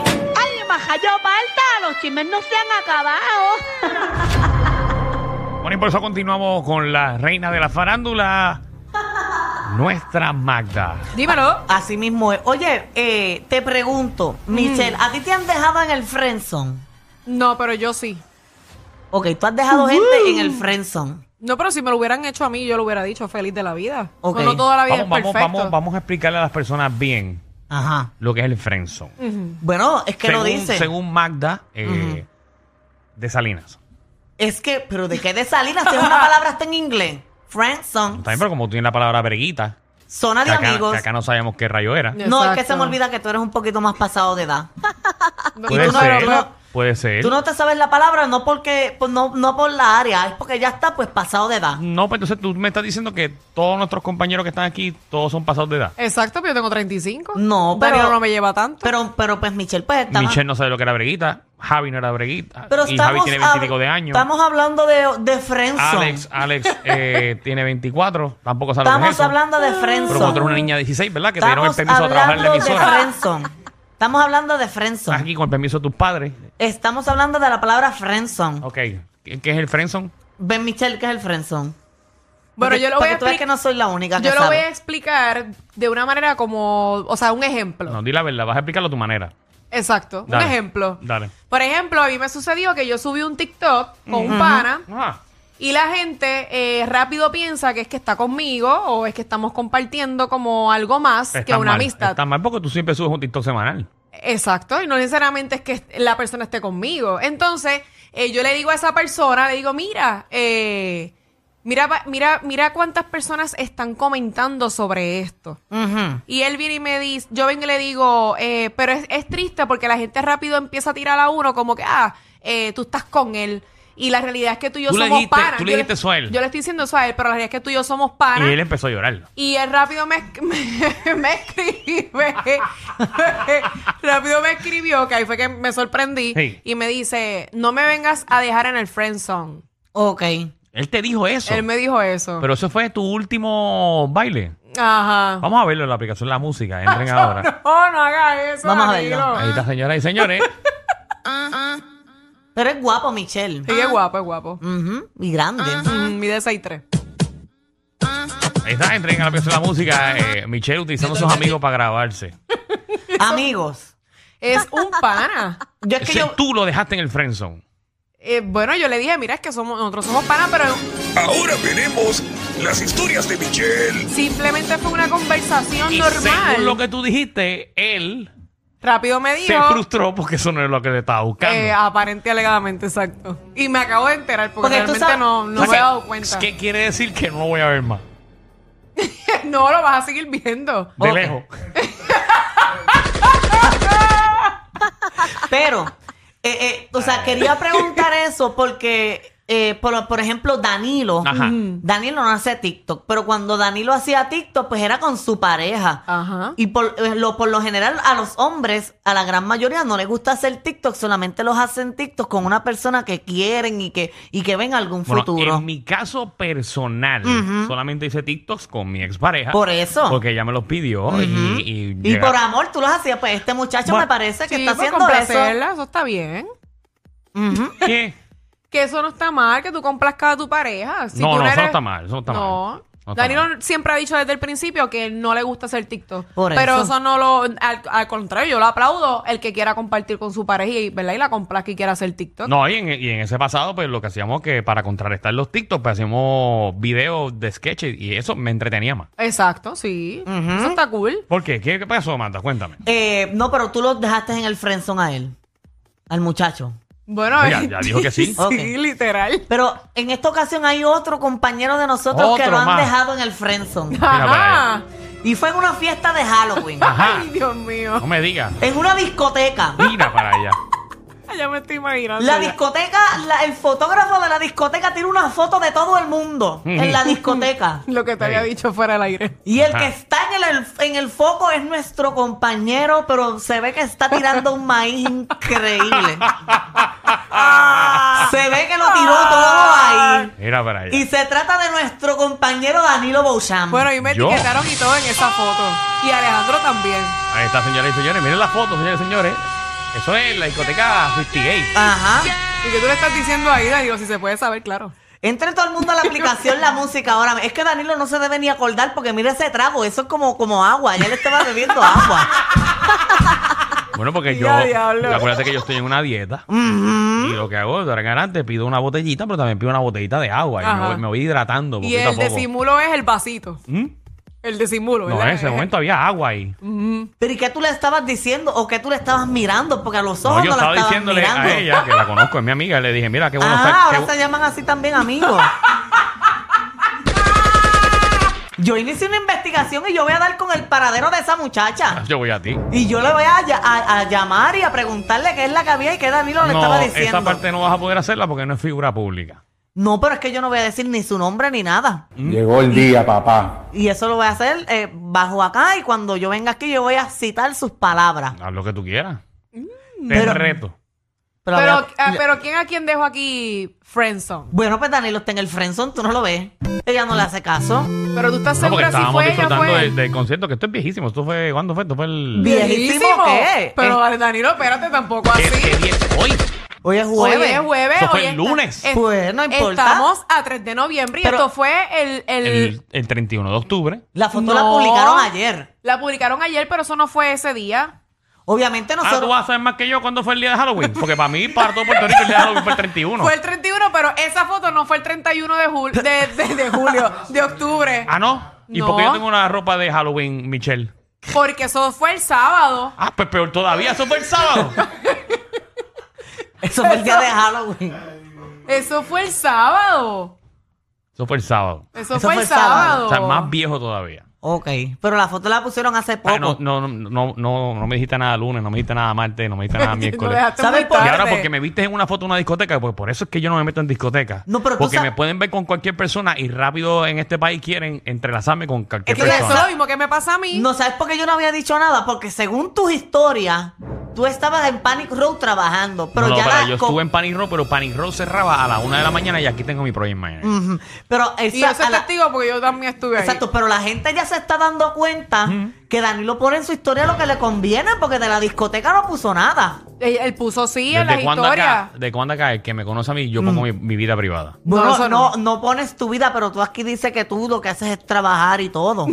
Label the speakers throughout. Speaker 1: ¡Alma, yo falta! ¡Los chismes no se han acabado!
Speaker 2: Bueno, y por eso continuamos con la reina de la farándula, nuestra Magda.
Speaker 3: Dímelo.
Speaker 4: Así mismo es. Oye, eh, te pregunto, Michelle, ¿a ti te han dejado en el friendzone?
Speaker 3: No, pero yo sí.
Speaker 4: Ok, tú has dejado gente en el friendzone.
Speaker 3: No, pero si me lo hubieran hecho a mí, yo lo hubiera dicho feliz de la vida. Pues
Speaker 4: Ok.
Speaker 3: No, no toda la vida
Speaker 2: Vamos, vamos,
Speaker 3: es perfecto.
Speaker 2: vamos, vamos a explicarle a las personas bien
Speaker 4: Ajá.
Speaker 2: lo que es el friendzone.
Speaker 4: Bueno, es Mm, que
Speaker 2: según,
Speaker 4: lo dice.
Speaker 2: según Magda eh, de Salinas.
Speaker 4: Es que, pero ¿de qué de Salinas? Si es una palabra está en inglés. Friendzone.
Speaker 2: También, pero como tiene la palabra breguita,
Speaker 4: Zona
Speaker 2: que
Speaker 4: de
Speaker 2: acá,
Speaker 4: amigos.
Speaker 2: que acá no sabíamos qué rayo era.
Speaker 3: Ya.
Speaker 4: No, es que se
Speaker 3: Exacto.
Speaker 4: me olvida que tú eres un poquito más pasado de edad.
Speaker 3: No,
Speaker 2: Puede
Speaker 3: no, no,
Speaker 2: ser,
Speaker 3: no.
Speaker 2: puede ser.
Speaker 4: Tú no te sabes la palabra, no porque, por- no, no por la área, es porque ya está pues pasado de edad.
Speaker 2: No, pero entonces tú me estás diciendo que todos nuestros compañeros que están aquí, todos son pasados de edad.
Speaker 3: Exacto, pero yo tengo 35.
Speaker 4: No,
Speaker 3: Danilo
Speaker 4: pero-
Speaker 3: no me lleva tanto.
Speaker 4: Pero, pero pues Michelle, pues está
Speaker 2: Michelle no sabe lo que era breguita, Javi no era breguita,
Speaker 4: Pero
Speaker 2: y
Speaker 4: estamos,
Speaker 2: Javi tiene 20 y
Speaker 4: hab-
Speaker 2: pico de años.
Speaker 4: Estamos hablando de, de friendzone.
Speaker 2: Alex, Alex eh, tiene 24, tampoco sabe lo que es
Speaker 4: Estamos
Speaker 2: eso.
Speaker 4: hablando
Speaker 3: Ah.
Speaker 4: de
Speaker 2: Pero como tú eres
Speaker 4: friendzone.
Speaker 2: una niña de 16, ¿verdad? Que te dieron el
Speaker 4: Estamos
Speaker 2: permiso de trabajar en la
Speaker 4: hablando de
Speaker 2: emisora.
Speaker 4: friendzone. Estamos hablando de
Speaker 2: Estás
Speaker 4: friendzone.
Speaker 2: aquí con el permiso de tus padres.
Speaker 4: Estamos hablando de la palabra friendzone.
Speaker 2: Ok. ¿Qué, qué es el friendzone?
Speaker 4: Ben Michelle, ¿qué es el friendzone?
Speaker 3: bueno,
Speaker 4: Porque-
Speaker 3: yo lo voy a
Speaker 4: para que tú veas que
Speaker 3: explicar.
Speaker 4: no soy la única que
Speaker 3: Yo lo
Speaker 4: sabe.
Speaker 3: voy a explicar de una manera como, o sea, un ejemplo.
Speaker 2: No, di la verdad. Vas a explicarlo a tu manera.
Speaker 3: Exacto,
Speaker 2: Dale,
Speaker 3: un ejemplo.
Speaker 2: dale.
Speaker 3: Por ejemplo, a mí me sucedió que yo subí un TikTok con un pana
Speaker 2: Ah,
Speaker 3: y la gente eh, rápido piensa que es que está conmigo o es que estamos compartiendo como algo más
Speaker 2: está
Speaker 3: que una
Speaker 2: mal,
Speaker 3: amistad.
Speaker 2: Está mal porque tú siempre subes un TikTok semanal.
Speaker 3: Exacto, y no necesariamente es que la persona esté conmigo. Entonces, eh, yo le digo a esa persona, le digo, mira, eh, mira, pa- mira, mira cuántas personas están comentando sobre esto.
Speaker 4: Ujú.
Speaker 3: Y él viene y me dice, yo vengo y le digo, eh, pero es, es triste porque la gente rápido empieza a tirar a uno como que, ah, eh, tú estás con él. Y la realidad es que tú y yo
Speaker 2: Tú le
Speaker 3: somos
Speaker 2: dijiste-
Speaker 3: panas.
Speaker 2: tú le
Speaker 3: Yo
Speaker 2: dijiste eso a él.
Speaker 3: Yo le estoy diciendo eso a él, pero la realidad es que tú y yo somos panas.
Speaker 2: Y él empezó a llorar.
Speaker 3: Y él rápido me, esc- me, me escribe. rápido me escribió, que ahí fue que me sorprendí.
Speaker 2: Sí.
Speaker 3: Y me dice: No me vengas a dejar en el friend zone.
Speaker 4: Ok.
Speaker 2: Él te dijo eso.
Speaker 3: Él me dijo eso.
Speaker 2: Pero eso fue tu último baile.
Speaker 3: Ajá. Oh,
Speaker 2: Vamos a verlo en la aplicación La Música. Entren ahora.
Speaker 3: Ah, No, no hagas eso.
Speaker 4: Vamos a
Speaker 3: Danilo.
Speaker 4: verlo.
Speaker 2: Ahí está, señoras y señores.
Speaker 4: Pero es guapo, Michelle.
Speaker 3: Sí, es guapo, es guapo.
Speaker 4: Ujú. Y grande.
Speaker 3: Mm, Mide 6'3.
Speaker 2: Ahí está, entren a la aplicación La Música. Eh, Michelle utilizando a sus amigos para grabarse.
Speaker 4: Amigos.
Speaker 3: Es un pana.
Speaker 4: Yo es que
Speaker 2: Ese
Speaker 4: yo...
Speaker 2: Tú lo dejaste en el friendzone.
Speaker 3: Eh, bueno, yo le dije: Mira, es que somos, nosotros somos panas, pero
Speaker 5: Ahora veremos las historias de Michelle.
Speaker 3: simplemente fue una conversación
Speaker 2: Y
Speaker 3: normal.
Speaker 2: según lo que tú dijiste, él
Speaker 3: Rápido me dijo.
Speaker 2: se frustró porque eso no es lo que le estaba buscando.
Speaker 3: Eh, aparente y alegadamente, exacto. Y me acabo de enterar porque,
Speaker 4: Porque tú
Speaker 3: realmente
Speaker 4: sabes-
Speaker 3: no, no
Speaker 2: O sea,
Speaker 3: me he dado cuenta.
Speaker 2: ¿Qué quiere decir que no lo voy a ver más?
Speaker 3: no lo vas a seguir viendo.
Speaker 2: De
Speaker 4: Ok.
Speaker 2: lejos.
Speaker 4: Pero, eh, eh, o
Speaker 2: Ah.
Speaker 4: sea, quería preguntar eso porque, eh, por, por ejemplo, Danilo.
Speaker 2: Ajá.
Speaker 3: Mm.
Speaker 4: Danilo no hace TikTok, pero cuando Danilo hacía TikTok, pues era con su pareja.
Speaker 3: Ajá.
Speaker 4: Y por eh, lo, por lo general a los hombres, a la gran mayoría, no les gusta hacer TikTok, solamente los hacen TikTok con una persona que quieren y que, y que ven algún
Speaker 2: Bueno,
Speaker 4: futuro.
Speaker 2: en mi caso personal, solamente hice TikToks con mi expareja.
Speaker 4: Por eso.
Speaker 2: Porque ella me los pidió y- y,
Speaker 4: y
Speaker 2: llega-
Speaker 4: por amor, tú los hacías, pues este muchacho
Speaker 2: Bueno,
Speaker 4: me parece que
Speaker 3: Sí,
Speaker 4: está
Speaker 3: pues,
Speaker 4: haciendo eso.
Speaker 3: complacerla, eso está bien.
Speaker 4: Ujú.
Speaker 2: ¿Qué?
Speaker 3: Que eso no está mal, que tú complazcas a tu pareja. Si
Speaker 2: no,
Speaker 3: tú
Speaker 2: no, eso
Speaker 3: eres-
Speaker 2: no está mal. Eso no está mal.
Speaker 3: No.
Speaker 2: No está
Speaker 3: Danilo
Speaker 2: mal.
Speaker 3: siempre ha dicho desde el principio que no le gusta hacer TikTok.
Speaker 4: Por
Speaker 3: pero
Speaker 4: eso.
Speaker 3: eso no lo. Al, al contrario, yo lo aplaudo el que quiera compartir con su pareja y, ¿verdad? y la complazca y quiera hacer TikTok.
Speaker 2: No, y en, y en ese pasado, pues lo que hacíamos que para contrarrestar los TikToks, pues hacíamos videos de sketches y eso me entretenía más.
Speaker 3: Exacto, sí. Eso está cool.
Speaker 2: ¿Por qué? ¿Qué, qué pasó, Mata? Cuéntame.
Speaker 4: Eh, no, pero tú los dejaste en el friendzone a él, al muchacho.
Speaker 3: Bueno, eh,
Speaker 2: Oiga, ya dijo que sí.
Speaker 3: sí,
Speaker 4: Ok.
Speaker 3: literal.
Speaker 4: Pero en esta ocasión hay otro compañero de nosotros que
Speaker 2: Otro
Speaker 4: lo han
Speaker 2: más.
Speaker 4: dejado en el friendzone.
Speaker 2: Mira para
Speaker 3: Ajá.
Speaker 4: Y fue en una fiesta de Halloween.
Speaker 2: Ajá.
Speaker 3: Ay, Dios mío.
Speaker 2: No me digas.
Speaker 4: en una discoteca.
Speaker 2: Mira para allá.
Speaker 3: Ay, Ya me estoy imaginando.
Speaker 4: La
Speaker 3: ya.
Speaker 4: discoteca, la- el fotógrafo de la discoteca tiene una foto de todo el mundo en la discoteca.
Speaker 3: Lo que te había
Speaker 2: Ey.
Speaker 3: dicho fuera del aire.
Speaker 4: Y el
Speaker 2: Ajá.
Speaker 4: que está en el, en el foco es nuestro compañero, pero se ve que está tirando un maíz increíble. se ve que lo tiró todo ahí.
Speaker 2: Mira para allá.
Speaker 4: Y se trata de nuestro compañero Danilo Beauchamp.
Speaker 3: Bueno, y me
Speaker 2: Yo.
Speaker 3: etiquetaron y todo en esa foto. Y Alejandro también.
Speaker 2: Ahí está, señoras y señores. Miren la foto, señores y señores. Eso es la discoteca 58.
Speaker 4: Ajá.
Speaker 3: ¿Y que tú le estás diciendo ahí, Danilo? Si se puede saber, claro.
Speaker 4: Entre todo el mundo a la aplicación La Música ahora. Es que Danilo no se debe ni acordar porque mira ese trago. Eso es como, como agua. Ya le estaba bebiendo agua.
Speaker 2: Bueno, porque yo.
Speaker 3: Ya, diablo.
Speaker 2: Acuérdate que yo estoy en una dieta. Y lo que hago de ahora en adelante, pido una botellita, pero también pido una botellita de agua. Y me
Speaker 3: Ajá.
Speaker 2: voy, me voy hidratando
Speaker 3: Y
Speaker 2: poquito a
Speaker 3: el
Speaker 2: poco.
Speaker 3: disimulo es el vasito.
Speaker 2: ¿Mm?
Speaker 3: El disimulo,
Speaker 2: No,
Speaker 3: ¿verdad?
Speaker 2: en ese momento había agua ahí.
Speaker 4: Pero ¿y qué tú le estabas diciendo o qué tú le estabas mirando? Porque a los
Speaker 2: No,
Speaker 4: ojos no,
Speaker 2: yo
Speaker 4: la
Speaker 2: estaba
Speaker 4: estabas
Speaker 2: diciéndole
Speaker 4: mirando.
Speaker 2: a ella, que la conozco, es mi amiga, y le dije, mira, qué bueno
Speaker 4: ah,
Speaker 2: está. qué
Speaker 4: ahora
Speaker 2: bu-
Speaker 4: se llaman así también amigos. yo inicié una investigación y yo voy a dar con el paradero de esa muchacha.
Speaker 2: Yo voy a ti.
Speaker 4: Y yo le voy a, ll- a- a llamar y a preguntarle qué es la que había y qué Danilo le
Speaker 2: No,
Speaker 4: estaba
Speaker 2: esa
Speaker 4: diciendo.
Speaker 2: parte no vas a poder hacerla porque no es figura pública.
Speaker 4: No, pero es que yo no voy a decir ni su nombre ni nada.
Speaker 6: Llegó el día, papá.
Speaker 4: Y eso lo voy a hacer eh, bajo acá y cuando yo venga aquí yo voy a citar sus palabras.
Speaker 2: Haz lo que tú quieras. Te
Speaker 4: Pero-
Speaker 2: reto.
Speaker 4: Pero
Speaker 3: Pero,
Speaker 4: voy a-
Speaker 3: ah, pero ¿quién a quién dejo aquí Friendzone?
Speaker 4: Bueno, pues Danilo está en el friendzone, tú no lo ves. Ella no le hace caso.
Speaker 3: Pero tú estás
Speaker 2: No, porque
Speaker 3: segura si
Speaker 2: estábamos
Speaker 3: fue ella
Speaker 2: disfrutando
Speaker 3: fue.
Speaker 2: del, del concierto, que esto es viejísimo. ¿Esto fue cuándo fue? Esto fue el.
Speaker 4: ¿Viejísimo qué? Eh.
Speaker 3: Pero Danilo, espérate, tampoco así.
Speaker 2: ¿Qué- qué día es hoy?
Speaker 4: Hoy es
Speaker 3: Hoy
Speaker 4: jueves.
Speaker 3: es jueves.
Speaker 2: Eso fue
Speaker 3: hoy
Speaker 2: el
Speaker 3: está-
Speaker 2: lunes.
Speaker 3: es-
Speaker 4: Pues, no importa.
Speaker 3: Estamos a 3 de noviembre y
Speaker 4: Pero-
Speaker 3: esto fue el. el-
Speaker 2: El, el 31 de octubre.
Speaker 4: La foto
Speaker 3: No.
Speaker 4: la publicaron ayer.
Speaker 3: La publicaron ayer, pero eso no fue ese día.
Speaker 4: Obviamente
Speaker 2: Ah, tú
Speaker 4: nosotros.
Speaker 2: vas a saber más que yo cuándo fue el día de Halloween. Porque para mí, para todo Puerto Rico, el día de Halloween fue el 31.
Speaker 3: Fue el 31, pero esa foto no fue el 31 de, jul- de, de- de julio, de octubre.
Speaker 2: Ah, no. ¿Y por qué
Speaker 3: No.
Speaker 2: yo tengo una ropa de Halloween, Michelle?
Speaker 3: Porque eso fue el sábado.
Speaker 2: Ah, pues peor todavía, eso fue el sábado.
Speaker 4: Eso fue el día de Halloween.
Speaker 3: Eso fue el sábado.
Speaker 2: Eso fue el sábado.
Speaker 3: Eso, fue, el sábado.
Speaker 2: O sea, más viejo todavía.
Speaker 4: Ok. Pero la foto la pusieron hace poco.
Speaker 2: Ay, Ah, no, no, no, no, no, no me dijiste nada lunes, no me dijiste nada martes, no me dijiste nada
Speaker 3: Lo
Speaker 2: miércoles.
Speaker 3: dejaste
Speaker 4: ¿Sabes
Speaker 3: muy
Speaker 4: por
Speaker 2: Y
Speaker 4: qué?
Speaker 2: ahora
Speaker 3: tarde.
Speaker 2: porque me viste en una foto en una discoteca, pues por eso es que yo no me meto en discoteca.
Speaker 4: No, pero tú
Speaker 2: porque me
Speaker 4: sabes-
Speaker 2: pueden ver con cualquier persona y rápido en este país quieren entrelazarme con cualquier
Speaker 3: Es que eso es
Speaker 2: persona.
Speaker 3: lo mismo que me pasa a mí.
Speaker 4: No sabes por qué yo no había dicho nada. Porque según tus historias, tú estabas en Panic Road trabajando. Pero
Speaker 2: No, no,
Speaker 4: ya
Speaker 2: para,
Speaker 4: la
Speaker 2: yo
Speaker 4: co-
Speaker 2: estuve en Panic Row, pero Panic Row cerraba a las una de la mañana y aquí tengo mi project manager.
Speaker 4: Ujú. Pero
Speaker 3: y
Speaker 4: esa-
Speaker 3: yo soy
Speaker 4: a la-
Speaker 3: testigo porque yo también estuve ahí.
Speaker 4: Exacto, pero la gente ya se está dando cuenta que Danilo pone en su historia lo que le conviene, porque de la discoteca no puso nada.
Speaker 3: Él, él puso sí en las
Speaker 2: ¿Desde cuándo acá?
Speaker 3: historias.
Speaker 2: ¿De cuándo acá? El que me conoce a mí, yo pongo
Speaker 4: Mm.
Speaker 2: mi, mi vida privada.
Speaker 4: Bueno,
Speaker 3: No,
Speaker 4: no,
Speaker 3: eso
Speaker 4: no,
Speaker 3: no.
Speaker 4: pones tu vida, pero tú aquí dices que tú lo que haces es trabajar y todo.
Speaker 2: Bueno,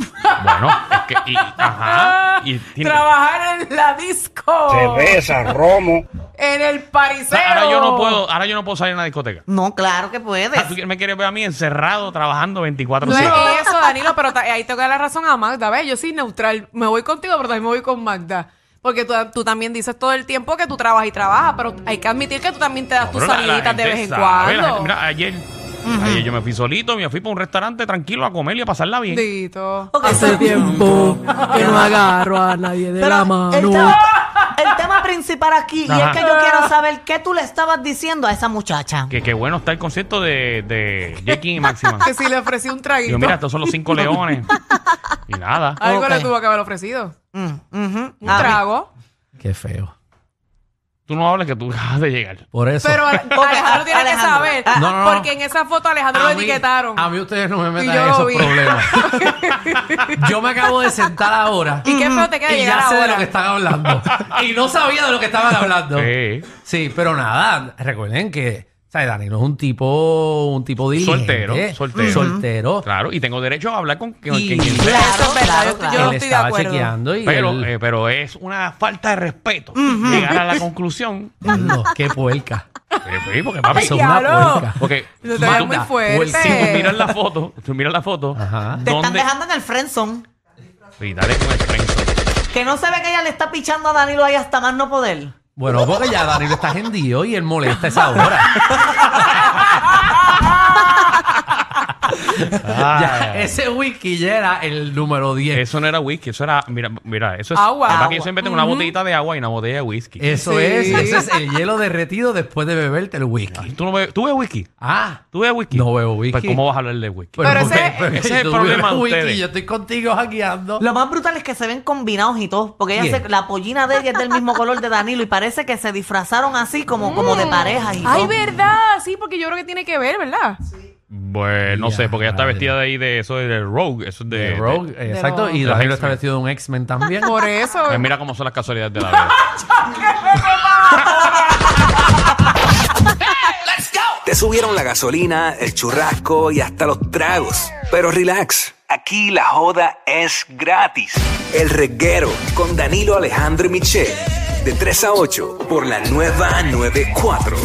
Speaker 2: es que... y- ajá. Ah, Y tiene-
Speaker 3: Trabajar en la disco.
Speaker 7: cerveza, romo.
Speaker 3: En el
Speaker 2: O
Speaker 3: pariseo.
Speaker 2: sea, Ah, ahora yo no puedo, ahora yo no puedo salir a una discoteca.
Speaker 4: no, claro que
Speaker 2: Ah, ¿Tú
Speaker 4: puedes.
Speaker 2: quieres- me quieres ver a mí encerrado trabajando 24
Speaker 3: No es
Speaker 2: horas?
Speaker 3: eso, Danilo, pero ta- ahí toca la razón a Magda. ¿Ves? Yo soy neutral. Me voy contigo, pero también me voy con Magda. Porque tú, tú también dices todo el tiempo que tú trabajas y trabajas, pero hay que admitir que tú también te das tus
Speaker 2: Pero la- la
Speaker 3: saliditas de
Speaker 2: gente
Speaker 3: vez en
Speaker 2: sabe, la gente-
Speaker 3: cuando.
Speaker 2: mira, ayer, ayer yo me fui solito, me fui para un restaurante tranquilo a comer y a pasarla bien.
Speaker 3: Dito.
Speaker 4: Ok, pero-
Speaker 8: tiempo que no agarro a nadie de
Speaker 4: pero
Speaker 8: la
Speaker 4: el,
Speaker 8: mano.
Speaker 4: tema, el tema principal aquí, y
Speaker 2: Ajá.
Speaker 4: es que yo quiero saber qué tú le estabas diciendo a esa muchacha.
Speaker 2: Que qué bueno está el concierto de, de J. King y Máxima.
Speaker 3: Que si le ofrecí un traguito.
Speaker 2: Digo, mira, estos son los cinco leones. Y nada.
Speaker 3: Algo
Speaker 4: Ok.
Speaker 3: le tuvo que haber ofrecido.
Speaker 4: Mm, ujú.
Speaker 3: Un
Speaker 4: A mí-
Speaker 3: trago.
Speaker 8: Qué feo.
Speaker 2: Tú no hablas que tú acabas de llegar.
Speaker 8: Por eso.
Speaker 3: Pero Ale- Alejandro
Speaker 4: a-
Speaker 3: tiene
Speaker 4: Alejandro.
Speaker 3: que saber.
Speaker 8: Ah, no, no, no.
Speaker 3: Porque en esa foto a Alejandro lo etiquetaron.
Speaker 8: a mí ustedes no me metan
Speaker 3: yo
Speaker 8: en
Speaker 3: lo
Speaker 8: esos
Speaker 3: vi.
Speaker 8: problemas. yo me acabo de sentar ahora
Speaker 3: y qué feo te queda
Speaker 8: y
Speaker 3: llegar
Speaker 8: ya sé de
Speaker 3: ahora.
Speaker 8: lo que están hablando. y no sabía de lo que estaban hablando.
Speaker 2: Sí.
Speaker 8: Sí, pero nada, recuerden que ¿sabes? Danilo es un tipo, un tipo diligente.
Speaker 2: Soltero, soltero.
Speaker 8: Soltero.
Speaker 2: Claro, y tengo derecho a hablar con quien
Speaker 8: Y-
Speaker 2: quien quiera.
Speaker 4: Claro,
Speaker 3: Eso es verdad,
Speaker 4: claro,
Speaker 3: yo-
Speaker 4: claro.
Speaker 3: yo- no
Speaker 8: él
Speaker 3: estoy de
Speaker 8: estaba
Speaker 3: acuerdo.
Speaker 8: chequeando y
Speaker 2: Pero,
Speaker 8: él-
Speaker 2: eh, pero es una falta de respeto llegar a la conclusión.
Speaker 8: Diablo, qué puerca.
Speaker 2: Eh, sí, porque papi,
Speaker 8: Eso es una
Speaker 3: diablo.
Speaker 8: puerca.
Speaker 2: porque
Speaker 3: Eso
Speaker 2: tú-
Speaker 3: te ve
Speaker 2: tú-
Speaker 3: muy
Speaker 8: Magda,
Speaker 3: fuerte.
Speaker 8: Wilson,
Speaker 2: si tú miras la foto, tú miras la foto,
Speaker 8: Ajá.
Speaker 4: Te están
Speaker 2: ¿dónde-
Speaker 4: dejando en el friendzone.
Speaker 2: Sí, dale con el friendzone.
Speaker 4: Que no se ve que ella le está pichando a Danilo ahí hasta más no poder.
Speaker 8: Bueno, porque ya Danilo está hendido y él molesta a esa hora. Ya,
Speaker 2: Ah.
Speaker 8: ese whisky ya era el número 10.
Speaker 2: Eso no era whisky, eso era, mira, mira, eso es
Speaker 3: Agua.
Speaker 2: Papá,
Speaker 3: Agua.
Speaker 2: que yo siempre tengo una botellita de agua y una botella de whisky.
Speaker 8: Eso
Speaker 3: Sí.
Speaker 8: es, ese es el hielo derretido después de beberte el whisky.
Speaker 2: ¿Tú, no bebes, ¿Tú bebes whisky?
Speaker 8: Ah,
Speaker 2: ¿Tú bebes whisky?
Speaker 8: No bebo whisky.
Speaker 2: Pues, ¿cómo vas a hablar de whisky?
Speaker 3: Pero ese-
Speaker 8: porque-
Speaker 2: ese es el
Speaker 8: tú
Speaker 2: problema
Speaker 8: bebes
Speaker 2: de
Speaker 8: whisky,
Speaker 2: ustedes.
Speaker 8: Yo estoy contigo hackeando.
Speaker 4: Lo más brutal es que se ven combinados y todo, porque ella
Speaker 8: Bien.
Speaker 4: se- la pollina de ella es del mismo color de Danilo y parece que se disfrazaron así como, como de pareja y
Speaker 3: Ay,
Speaker 4: todo.
Speaker 3: verdad, sí, porque yo creo que tiene que ver, ¿verdad?
Speaker 2: Bueno, Pues, no sé, porque ella está
Speaker 8: Diadre.
Speaker 2: vestida de ahí de eso de Rogue, eso es de,
Speaker 8: De Rogue,
Speaker 2: de-
Speaker 8: exacto.
Speaker 3: los-
Speaker 8: Y
Speaker 2: de los
Speaker 8: Danilo está
Speaker 2: X-Men.
Speaker 8: vestido de un X-Men también.
Speaker 3: Por eso.
Speaker 2: Pues mira cómo son las casualidades de la vida.
Speaker 7: Te subieron la gasolina, el churrasco y hasta los tragos. Pero relax, aquí la joda es gratis. El reguero con Danilo Alejandro y Michel, de 3 a 8 por la nueva 94.